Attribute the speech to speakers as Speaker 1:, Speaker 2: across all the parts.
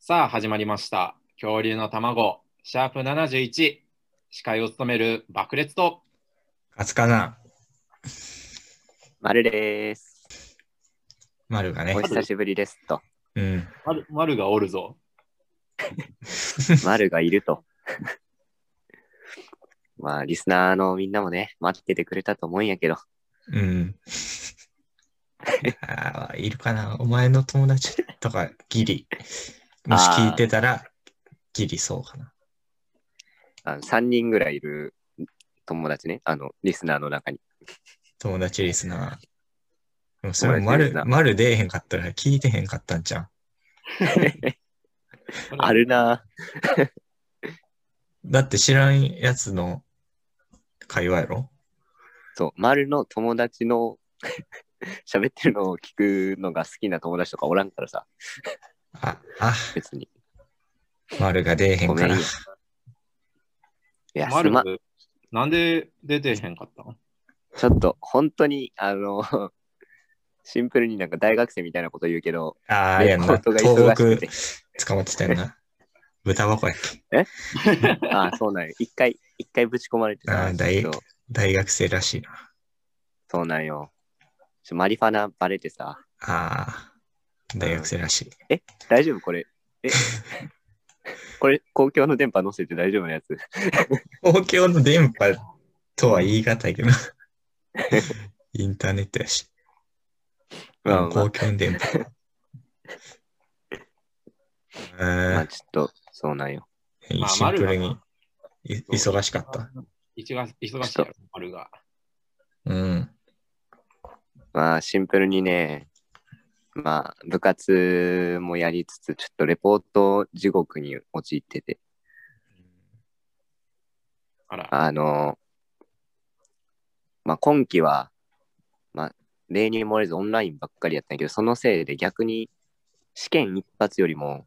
Speaker 1: さあ始まりました恐竜の卵シャープ71司会を務める爆裂と
Speaker 2: 勝つかな
Speaker 3: 丸です。
Speaker 2: 丸がね
Speaker 3: お。久しぶりですと。
Speaker 2: うん。
Speaker 1: 丸丸がおるぞ
Speaker 3: 丸がいると。 まあ、リスナーのみんなもね、待っててくれたと思うんやけど、
Speaker 2: うん。あーいるかなお前の友達とかギリ。もし聞いてたらギリそうかな。
Speaker 3: あの3人ぐらいいる友達ね、あの、リスナーの中に。
Speaker 2: 友達リスナー。でもそれ
Speaker 3: 友達リ
Speaker 2: 丸
Speaker 3: スナー、
Speaker 2: 丸出えへんかったら聞いてへんかったんじゃん。
Speaker 3: あるな
Speaker 2: だって知らんやつの会話やろ
Speaker 3: そう、丸の友達の 喋ってるのを聞くのが好きな友達とかおらんからさ、
Speaker 2: あ、あ、
Speaker 3: 別に。
Speaker 2: 丸が出えへん
Speaker 3: ご
Speaker 2: か
Speaker 3: めん
Speaker 2: ら
Speaker 3: よ。。いや、す
Speaker 1: 丸
Speaker 3: まん。
Speaker 1: なんで出てへんかったの
Speaker 3: ちょっと、本当に、あの、シンプルになんか大学生みたいなこと言うけど、
Speaker 2: ああ、いやん
Speaker 3: レポ
Speaker 2: な。
Speaker 3: ートが
Speaker 2: 東
Speaker 3: 忙しくて
Speaker 2: 北捕まってたよな。豚箱やっけ
Speaker 3: ああ、そうなんよ。一回、一回ぶち込まれて
Speaker 2: あ
Speaker 3: た
Speaker 2: ー
Speaker 3: ん
Speaker 2: だい
Speaker 3: けど、
Speaker 2: 大学生らしいな。
Speaker 3: そうなんよ。ちょマリファナバレてさ、
Speaker 2: ああ、大学生らしい。
Speaker 3: 大丈夫これ。 えこれ、公共の電波載せて大丈夫なやつ。
Speaker 2: 公共の電波とは言い難いけど、インターネットやし、
Speaker 3: まあま
Speaker 2: 公共の電波。え
Speaker 3: あ、まあ
Speaker 2: ー
Speaker 3: ちょっと、そうなんよ。
Speaker 1: まあ
Speaker 2: シンプルに
Speaker 1: 丸
Speaker 2: い忙しかった。
Speaker 1: 一が忙しいやろ丸が
Speaker 2: うん。
Speaker 3: まあ、シンプルにね、まあ、部活もやりつつ、ちょっとレポート地獄に陥ってて、
Speaker 1: あら
Speaker 3: あの、まあ、今期は、まあ、例に漏れずオンラインばっかりやったんやけど、そのせいで逆に試験一発よりも、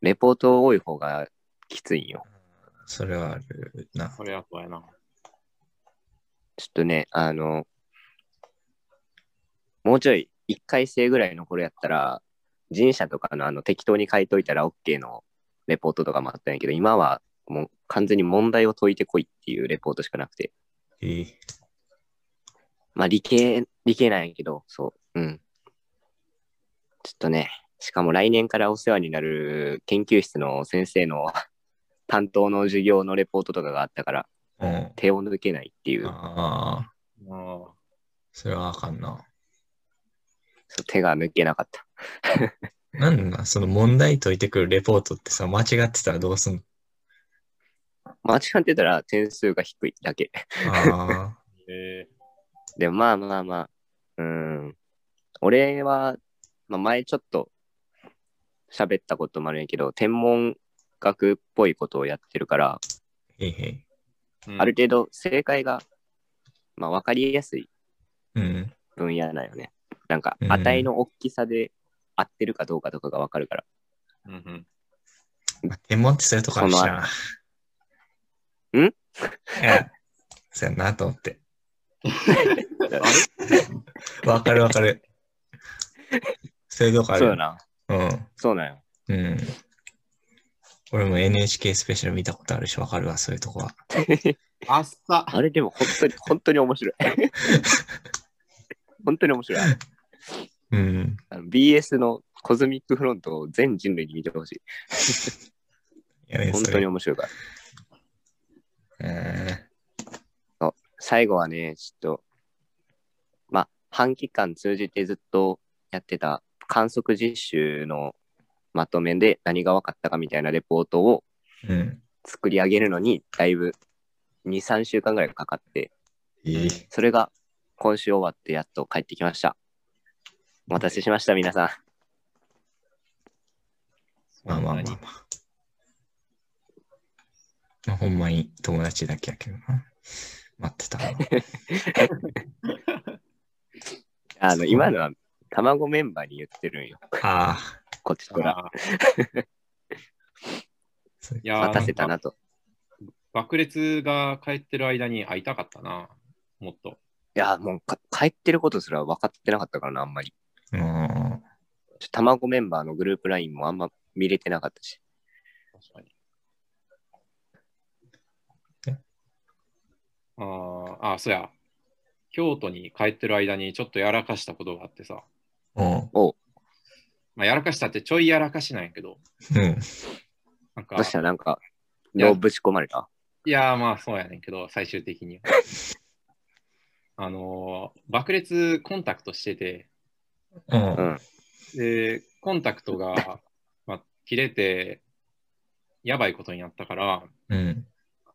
Speaker 3: レポート多い方がきついんよ。
Speaker 2: それはあるな。
Speaker 1: それはそうやな
Speaker 3: ちょっとね、あの、もうちょい、一回生ぐらいの頃やったら、人社とかのあの適当に書いといたら OK のレポートとかもあったんやけど、今はもう完全に問題を解いてこいっていうレポートしかなくて、
Speaker 2: いい
Speaker 3: まあ理系、理系なんやけど、そう、うん。ちょっとね、しかも来年からお世話になる研究室の先生の 担当の授業のレポートとかがあったから、
Speaker 2: うん。
Speaker 3: 手を抜けないっていう、
Speaker 2: ああ、
Speaker 1: うん
Speaker 2: それはあかんな。
Speaker 3: そう手が抜けなかった。
Speaker 2: なんだ、その問題解いてくるレポートってさ、間違ってたらどうすんの
Speaker 3: 間違ってたら点数が低いだけ。
Speaker 2: あ
Speaker 1: え
Speaker 3: でもまあまあまあ、うーん。俺は、まあ、前ちょっと喋ったこともあるんやけど、天文学っぽいことをやってるから、
Speaker 2: あ、へいへい。
Speaker 1: ーうん
Speaker 3: ある程度正解が、まあ、分かりやすい
Speaker 2: うん。
Speaker 3: 分野なんよね。なんか
Speaker 2: うん
Speaker 3: 値の大きさで合ってるかどうかとかが分かるから。
Speaker 1: うんうん
Speaker 2: まあ、天文ってそういうとこあるしな。
Speaker 3: の
Speaker 2: いや、そうやなと思って。わかるわかる。そういうとこあ
Speaker 3: そうよ
Speaker 2: る。
Speaker 3: な。
Speaker 2: うん。
Speaker 3: そうなんよ。
Speaker 2: うん。俺も NHK スペシャル見たことあるし、わかるわ、そういうとこは。
Speaker 1: あっさ
Speaker 3: あれでも本当に、本当に面白い。 本当に面白い。
Speaker 2: うん。
Speaker 3: あの BS のコズミックフロントを全人類に見てほし
Speaker 2: いや
Speaker 3: い。
Speaker 2: ね、
Speaker 3: 本
Speaker 2: そ
Speaker 3: 当に
Speaker 2: れ。
Speaker 3: 面白いから。
Speaker 2: え
Speaker 3: 最後はね、ちょっと、まあ、半期間通じてずっとやってた観測実習のまとめで何が分かったかみたいなレポートを
Speaker 2: ーうん。
Speaker 3: 作り上げるのに、だいぶ2、3週間ぐらいかかって、
Speaker 2: いい。
Speaker 3: それが今週終わってやっと帰ってきました。お待たせしました、皆さん。
Speaker 2: まあまあまあまあ。まあ、ほんまに友達だけやけどな。待ってたわ。
Speaker 3: あの、今のは卵メンバーに言ってるんよ。
Speaker 2: ああ。
Speaker 3: こっちから。
Speaker 1: あー
Speaker 2: そういう
Speaker 1: いやー
Speaker 3: 待たせたなと。
Speaker 1: 爆裂が帰ってる間に会いたかったなもっと
Speaker 3: いや、もうか帰ってることすら分かってなかったからな、あんまり。
Speaker 2: うん。
Speaker 3: ちょ卵メンバーのグループラインもあんま見れてなかったし。
Speaker 1: 確かに。
Speaker 2: え
Speaker 1: あーあ、そうや。京都に帰ってる間にちょっとやらかしたことがあってさ。
Speaker 2: うん。
Speaker 1: まあ、やらかしたってちょいやらかしなんやけど。
Speaker 2: うん。
Speaker 1: なんか
Speaker 3: どう、したなんか、
Speaker 1: いや
Speaker 3: のぶち込まれた
Speaker 1: いやーまあそうやねんけど、最終的には。 あのー爆裂コンタクトしてて、
Speaker 2: うん。
Speaker 3: うん。
Speaker 1: で、コンタクトが、まあ、切れて、やばいことになったから、
Speaker 2: うん。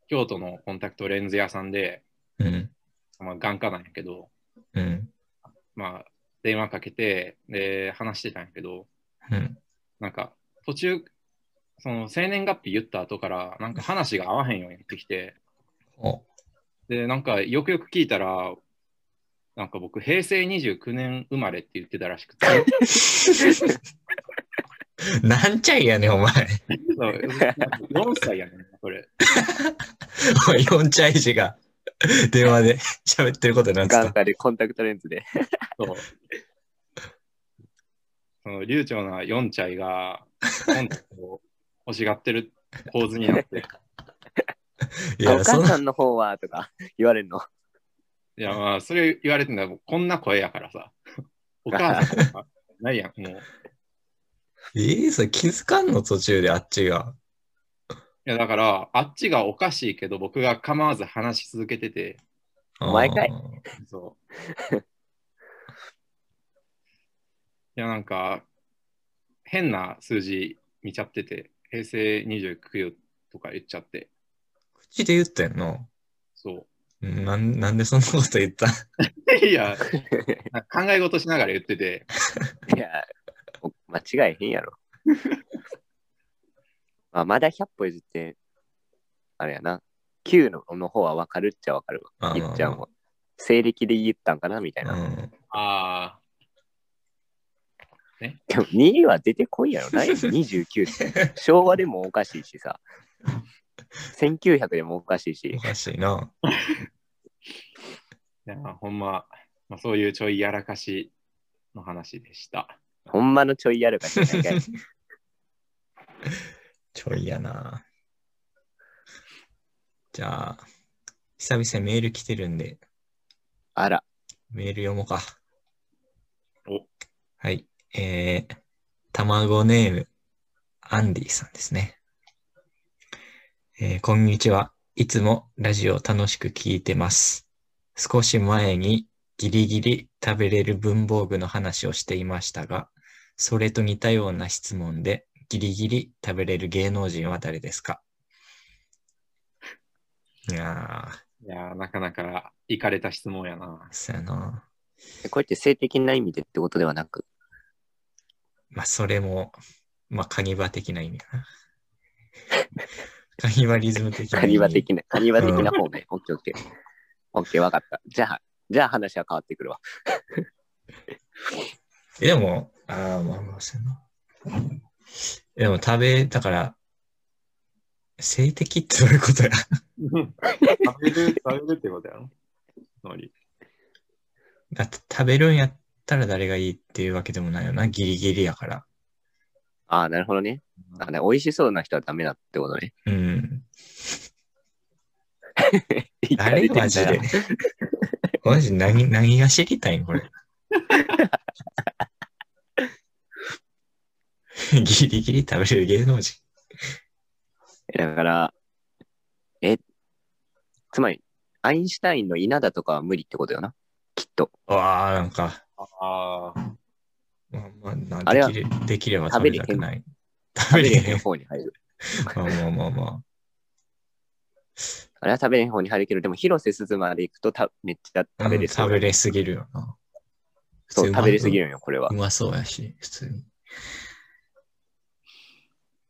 Speaker 1: 京都のコンタクトレンズ屋さんで、
Speaker 2: うん。
Speaker 1: まあ、眼科なんやけど、
Speaker 2: うん。
Speaker 1: まあ、電話かけて、で、話してたんやけど、
Speaker 2: うん。
Speaker 1: なんか、途中、その、生年月日言った後から、なんか話が合わへんようになってきて、
Speaker 2: お
Speaker 1: で、なんか、よくよく聞いたら、なんか僕、平成29年生まれって言ってたらしくて、
Speaker 2: なんちゃいやねん、お前。
Speaker 1: そう4歳やねん、それ。
Speaker 2: おい四ちゃい児が電話で喋ってることになって
Speaker 3: 眼
Speaker 2: た。
Speaker 3: 科でコンタクトレンズで。
Speaker 1: そう。その、流暢な4歳が、本を欲しがってる構図になって、
Speaker 2: い
Speaker 3: あお
Speaker 2: や、そ
Speaker 3: 母
Speaker 2: の
Speaker 3: さんの方はとか言われるの。
Speaker 1: いや、まあ、それ言われてんだ、もうこんな声やからさ。お母さんとか、ないやん、もう。い
Speaker 2: えー、それ気づかんの途中であっちが。
Speaker 1: や、だから、あっちがおかしいけど、僕が構わず話し続けてて、
Speaker 2: あー
Speaker 3: 毎回。
Speaker 1: そう。 いや、なんか、変な数字見ちゃってて、平成29とか言っちゃって、
Speaker 2: 口で言ってんの
Speaker 1: そ
Speaker 2: なんなんでそんなこと言った
Speaker 1: う。い や、なんか考え事しながら言ってて、
Speaker 3: いや、お間違えへんやろ。まあまだ100歩譲って、あれやな、9のの方は分かるっちゃ分かる
Speaker 2: あ
Speaker 3: わ。
Speaker 2: ー
Speaker 3: 言っちゃうもん。西暦で言ったんかなみたいな。
Speaker 2: うん。
Speaker 1: ああ、
Speaker 3: でも2は出てこいやろ。ない ?29 って。昭和でもおかしいしさ。1900でもおかしい し
Speaker 2: お。かしいな。
Speaker 1: いやほんま、まあ、そういうちょいやらかしの話でした。
Speaker 3: ほんまのちょいやるかしないかい
Speaker 2: ちょいやな。じゃあ、久々にメール来てるんで、
Speaker 3: あら、
Speaker 2: メール読もうか。
Speaker 1: お
Speaker 2: はい。えー、卵ネーム、アンディさんですね。えー、こんにちは。いつもラジオ楽しく聞いてます。少し前にギリギリ食べれる文房具の話をしていましたが、それと似たような質問で、ギリギリ食べれる芸能人は誰ですかいやー、
Speaker 1: いやなかなかいかれた質問やな。
Speaker 2: そやな。
Speaker 3: こうやって性的な意味でってことではなく、
Speaker 2: まあ、それも、まあ、カニバ的な意味かな。 カニバリズム的な
Speaker 3: カニ
Speaker 2: 意
Speaker 3: バ
Speaker 2: 味。
Speaker 3: 的な、カニバ的な方面。オッケーオッケー。オッケー、わかった。じゃあ、じゃあ話は変わってくるわ。
Speaker 2: えでも、ああ、まあまあ、そうやな。でも、食べ、だから、性的ってどういうことや。
Speaker 1: 食 べる、食べるってことやろつまり。
Speaker 2: だって食べるんやったら誰がいいっていうわけでもないよな。ギリギリやから。
Speaker 3: ああ、なるほどね。あね美味しそうな人はダメだってことね。
Speaker 2: うん。
Speaker 3: いか
Speaker 2: 誰
Speaker 3: れてんだよ
Speaker 2: マジで。マ ジ何、何が知りたいんこれ。ギリギリ食べれる芸能人。
Speaker 3: だから、え、つまり、アインシュタインの稲田とかは無理ってことよな。きっと。
Speaker 2: わあ、なんか。
Speaker 1: ああ、
Speaker 2: まあまあな
Speaker 3: あれは
Speaker 2: できれできれば食べたくない。食
Speaker 3: 食
Speaker 2: べ
Speaker 3: べ
Speaker 2: れへ
Speaker 3: れへん
Speaker 2: ん。
Speaker 3: 方に入る。
Speaker 2: まあまあまあま
Speaker 3: あれは食べれへん方に入るけど、でも広瀬すずまで行くとためっちゃ
Speaker 2: あ。
Speaker 3: 食べれ
Speaker 2: うん
Speaker 3: そう。
Speaker 2: 食べれすぎるよな。
Speaker 3: そう、食べれすぎ
Speaker 2: る。
Speaker 3: るんよ、これは
Speaker 2: う。まそうやし、普通に。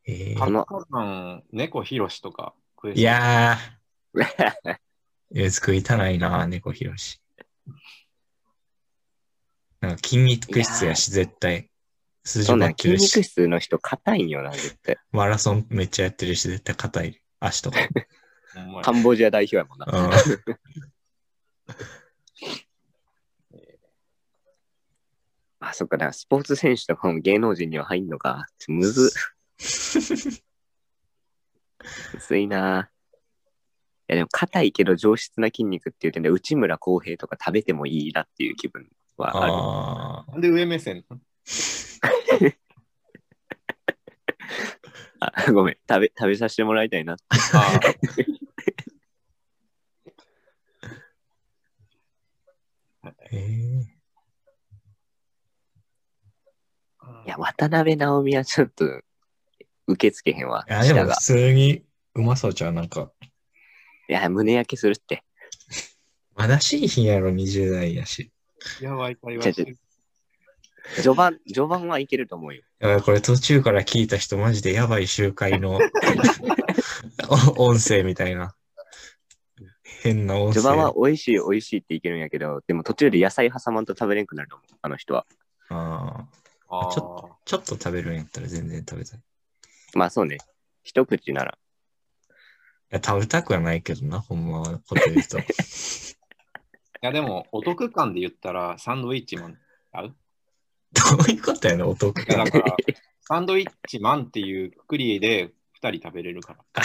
Speaker 2: え
Speaker 1: カ
Speaker 3: あ
Speaker 2: ー、
Speaker 3: の
Speaker 1: ッパン、猫ひろしとか食えそう
Speaker 2: いや ー、え作りたないな、猫ひろし。なんか筋肉質やし、絶対。筋
Speaker 3: そう
Speaker 2: 張
Speaker 3: なん
Speaker 2: ってる
Speaker 3: 筋
Speaker 2: し
Speaker 3: 肉、質の人硬いんよな、絶対。
Speaker 2: マラソンめっちゃやってるし、絶対硬い。足とか。
Speaker 1: ほんま
Speaker 3: カ
Speaker 1: に
Speaker 3: ンボジア代表やもん な。
Speaker 2: うん。
Speaker 3: まあ、そっか、だからスポーツ選手とかも芸能人には入んのか。ちょむずっ。 むずいな。いやでも硬いけど上質な筋肉っていう点で内村航平とか食べてもいいなっていう気分はある。
Speaker 2: ああ。
Speaker 1: なんで上目線なの
Speaker 3: あごめん食べ、食べさせてもらいたい
Speaker 1: あ
Speaker 3: な。
Speaker 2: えー
Speaker 1: あ
Speaker 3: いや、渡辺直美はちょっと受け付けへんわ。
Speaker 2: いや、で
Speaker 3: 舌
Speaker 2: も
Speaker 3: が
Speaker 2: 普通にうまそうじゃん、なんか。
Speaker 3: いや、胸焼けするって。
Speaker 2: まだしい日やろ、20代やし。
Speaker 1: やばい会話してる。
Speaker 3: 序盤、序盤はいけると思うよ。
Speaker 2: いやこれ途中から聞いた人、マジでやばい集会の お音声みたいな。変な音声。
Speaker 3: 序盤は美味しい美味しいっていけるんやけど、でも途中で野菜挟まんと食べれんくなると思う、あの人は。
Speaker 2: あー
Speaker 1: あ
Speaker 2: ちちょっと食べるんやったら全然食べたい。い
Speaker 3: まあそうね。一口なら。
Speaker 2: や食べたくはないけどな、ほんまはこと言うと。
Speaker 1: いや、でも、お得感で言ったら、サンドイッチマン。
Speaker 2: どういうことやねん、お得
Speaker 1: いや、
Speaker 2: 感。
Speaker 1: だから、サンドイッチマンっていうくくりで2人食べれるから。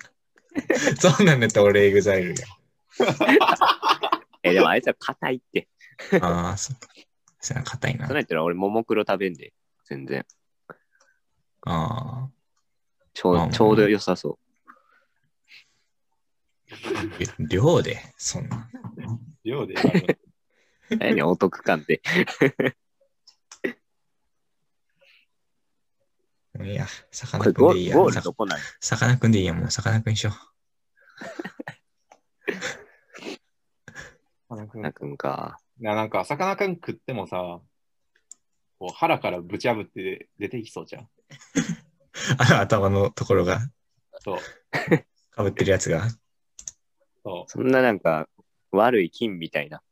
Speaker 2: そうなんだったら俺、エグザイル
Speaker 3: え、でもあいつは硬いって。
Speaker 2: や。ああ、そうか。それは硬いな
Speaker 3: そんなん。やったら俺、ももクロ食べんで。全然。
Speaker 2: あ
Speaker 3: ちょ
Speaker 2: まあ
Speaker 3: うちょうど良さそう。
Speaker 2: あ。量で、そんな。
Speaker 1: 量で選ぶ。
Speaker 3: 何お得 感って。
Speaker 2: いや、さか
Speaker 3: こ
Speaker 2: な
Speaker 3: れ
Speaker 2: クン
Speaker 3: ゴ
Speaker 2: でいい
Speaker 3: ー
Speaker 2: や。
Speaker 3: ゴールどこなん
Speaker 2: さかなクンでいいや、もう さかなクンにしよ
Speaker 1: さかなクンい
Speaker 3: なくんか。
Speaker 1: やなんか、さかなクン食ってもさ、こう腹からぶち破って出てきそうじゃん。
Speaker 2: う。あの頭のところが、
Speaker 1: そう、
Speaker 2: かぶってるやつが。
Speaker 1: そ
Speaker 3: そんななんか、悪い菌みたいな。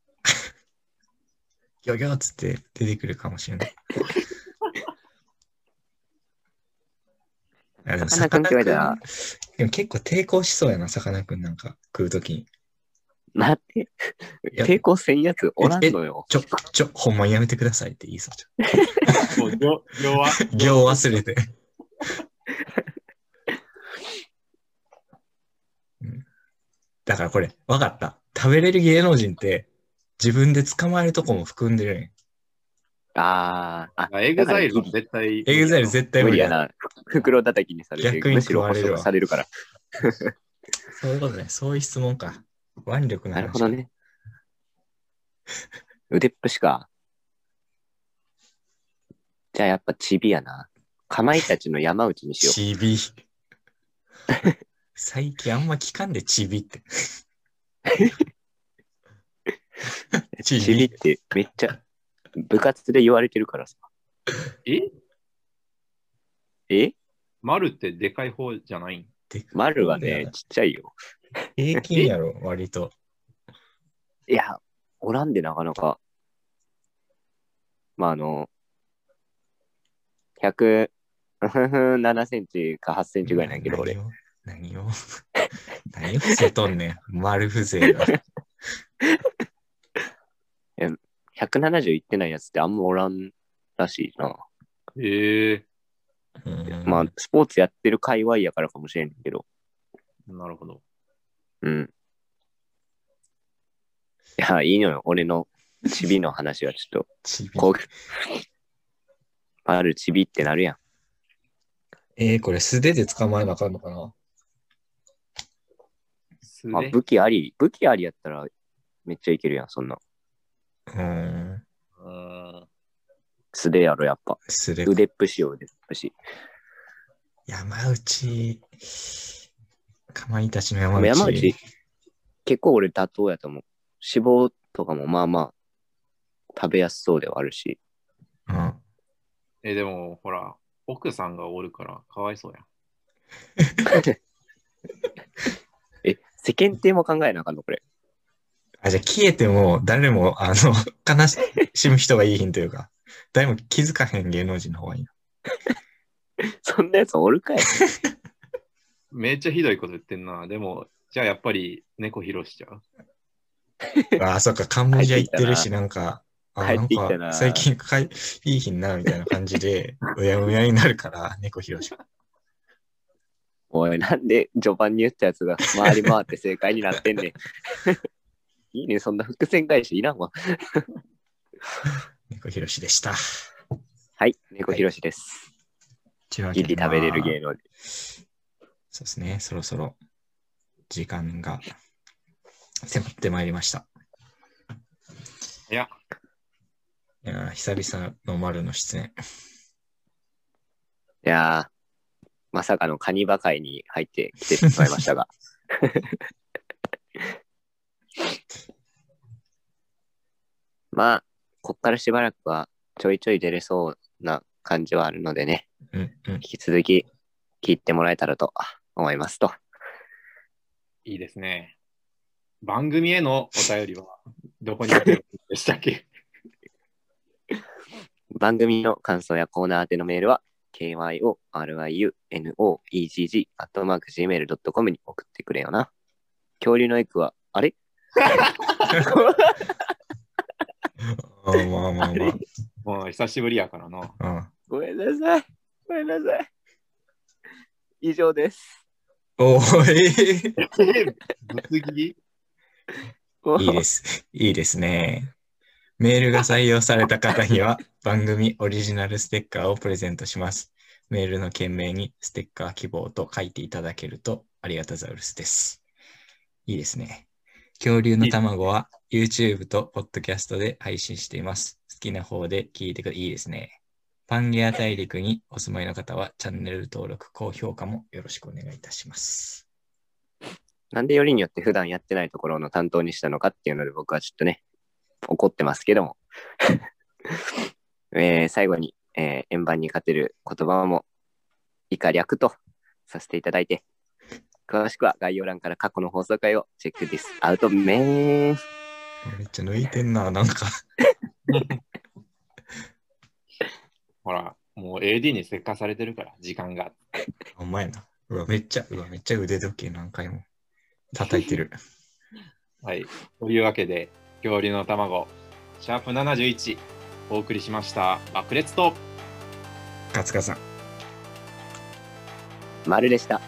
Speaker 2: ギョギョっつって出てくるかもしれない。 あでも
Speaker 3: さかなクンって言われたら
Speaker 2: でも結構抵抗しそうやな、さかなクンなんか食うときに。
Speaker 3: 待って、
Speaker 2: いや
Speaker 3: 抵抗せんやつおらんのよ。
Speaker 2: ちょ、ちょ、ほんまにやめてくださいって言いそう
Speaker 1: う。
Speaker 2: じ
Speaker 1: もう 量量は
Speaker 2: ゃん。行忘れて。うんだからこれ、わかった。食べれる芸能人って、自分で捕まえるとこも含んでるんや
Speaker 3: あーあ、
Speaker 1: エグザイルは絶対。
Speaker 2: エグザイル絶対
Speaker 3: 無
Speaker 2: 無
Speaker 3: 理
Speaker 2: 理や
Speaker 3: や
Speaker 2: な。
Speaker 3: な。ふ袋叩きにされて、
Speaker 2: 逆に
Speaker 3: むし
Speaker 2: 食
Speaker 3: ろ
Speaker 2: われるわ
Speaker 3: 捕食されるから。
Speaker 2: そういうことね。そういう質問か。腕力の
Speaker 3: な
Speaker 2: 話。
Speaker 3: るほど。ね。腕っぷしか。じゃあやっぱチビやな。かまいたちの山内にしよ
Speaker 2: ちび。最近あんま聞かんで、ちびって。
Speaker 3: う。
Speaker 2: ちび
Speaker 3: チビってめっちゃ部活で言われてるからさ。
Speaker 1: え
Speaker 3: え
Speaker 1: 丸ってでかい方じゃないん
Speaker 3: 丸はね、、ちっちゃいよ。
Speaker 2: 平均やろ、割と。
Speaker 3: いや、おらんでなかなか。まああの、100、7センチか8センチぐらいなんやけど、俺。
Speaker 2: 何を。何を、何を伏せとんねん。丸風情が。
Speaker 3: 170いってないやつってあんまおらんらしいな。
Speaker 1: へえ
Speaker 2: うん
Speaker 3: まあ、スポーツやってる界隈やからかもしれんけど。
Speaker 1: なるほど。
Speaker 3: うん。いや、いいのよ。俺のチビの話はちょっ
Speaker 2: ちび
Speaker 3: と、こう、 あるチビってなるやん。
Speaker 2: えー、これ素手で捕まえなあかんのかな
Speaker 1: 素
Speaker 3: まあ、
Speaker 1: 手
Speaker 3: 武器あり、武器ありやったらめっちゃいけるやん、そんな。
Speaker 2: うん。
Speaker 1: うん
Speaker 3: 素手やろ、やっぱ。
Speaker 2: 素手。
Speaker 3: 腕っぷしよ、腕っぷし。
Speaker 2: 山内。かまいたちの
Speaker 3: で
Speaker 2: 山
Speaker 3: も
Speaker 2: 内。
Speaker 3: 山内、結構俺妥当やと思う。脂肪とかもまあまあ、食べやすそうではあるし。
Speaker 2: うん。
Speaker 1: え、でも、ほら、奥さんがおるから、かわいそうやん。
Speaker 3: え、世間体も考えなあかんの、これ。
Speaker 2: あ、じゃあ消えても、誰も、あの、悲しむ人がいいひんというか、誰も気づかへん芸能人の方がいいな。
Speaker 3: そんなやつおるかい。
Speaker 1: めっちゃひどいこと言ってんな。でも、じゃあやっぱり猫ひろしちゃう。
Speaker 2: あ、そっか、カンボジア行ってるし、なんか、あ
Speaker 3: 帰ってきたなん
Speaker 2: か最近かい、いい日にな、みたいな感じで、うやうやになるから、猫ひろし。
Speaker 3: おい、なんで序盤に言ったやつが回り回って正解になってんねん。 いいね、そんな伏線返しいらんわ。
Speaker 2: 猫ひろしでした。
Speaker 3: はい、猫ひろしです。ギリ食べれる芸能人。
Speaker 2: そうですね、そろそろ時間が迫ってまいりました。
Speaker 1: いや、
Speaker 2: いやー久々の丸の出演。
Speaker 3: いやー、まさかのカニバ会に入ってきてしまいましたが。 まあ、こっからしばらくはちょいちょい出れそうな感じはあるのでね、
Speaker 2: うんうん。
Speaker 3: 引き続き聞いてもらえたらと思いますと。
Speaker 1: いいですね。番組へのお便りはどこに送ればいいでしたっけ
Speaker 3: 番組の感想やコーナー宛てのメールは、kyoriunoegg.gmail.com に送ってくれよな。恐竜のエッグは、あれ
Speaker 2: あ ーまあまあま
Speaker 1: もう久しぶりや からの。
Speaker 2: あ。うん
Speaker 3: ごめんなさい。ごめんなさい。以上です。
Speaker 2: おーえー
Speaker 1: ぶつ切り
Speaker 3: もう
Speaker 2: いいです。いいですね。メールが採用された方に は番組オリジナルステッカーをプレゼントします。メールの件名にステッカー希望と書いていただけるとありがたザウルスです。いいですね。恐竜の卵は YouTube と Podcast で配信しています。好きな方で聞いてくだいいですね。パンゲア大陸にお住まいの方はチャンネル登録、高評価もよろしくお願いいたします。
Speaker 3: なんでよりによって普段やってないところの担当にしたのかっていうので僕はちょっとね、怒ってますけども。 えー最後に、えー円盤に勝てる言葉も以下略とさせていただいて、詳しくは概要欄から過去の放送回をチェックです。アウトメーン。
Speaker 2: めっちゃ抜いてんな、なんか。
Speaker 1: ほら、もう AD にせっかされてるから、時間が。
Speaker 2: お前な。うわ、めっちゃ、うわ、めっちゃ腕時計何回も叩いてる。
Speaker 1: はい。というわけで、恐竜の卵、シャープ71、お送りしました。爆裂と。
Speaker 2: カツカさん。
Speaker 3: 丸でした。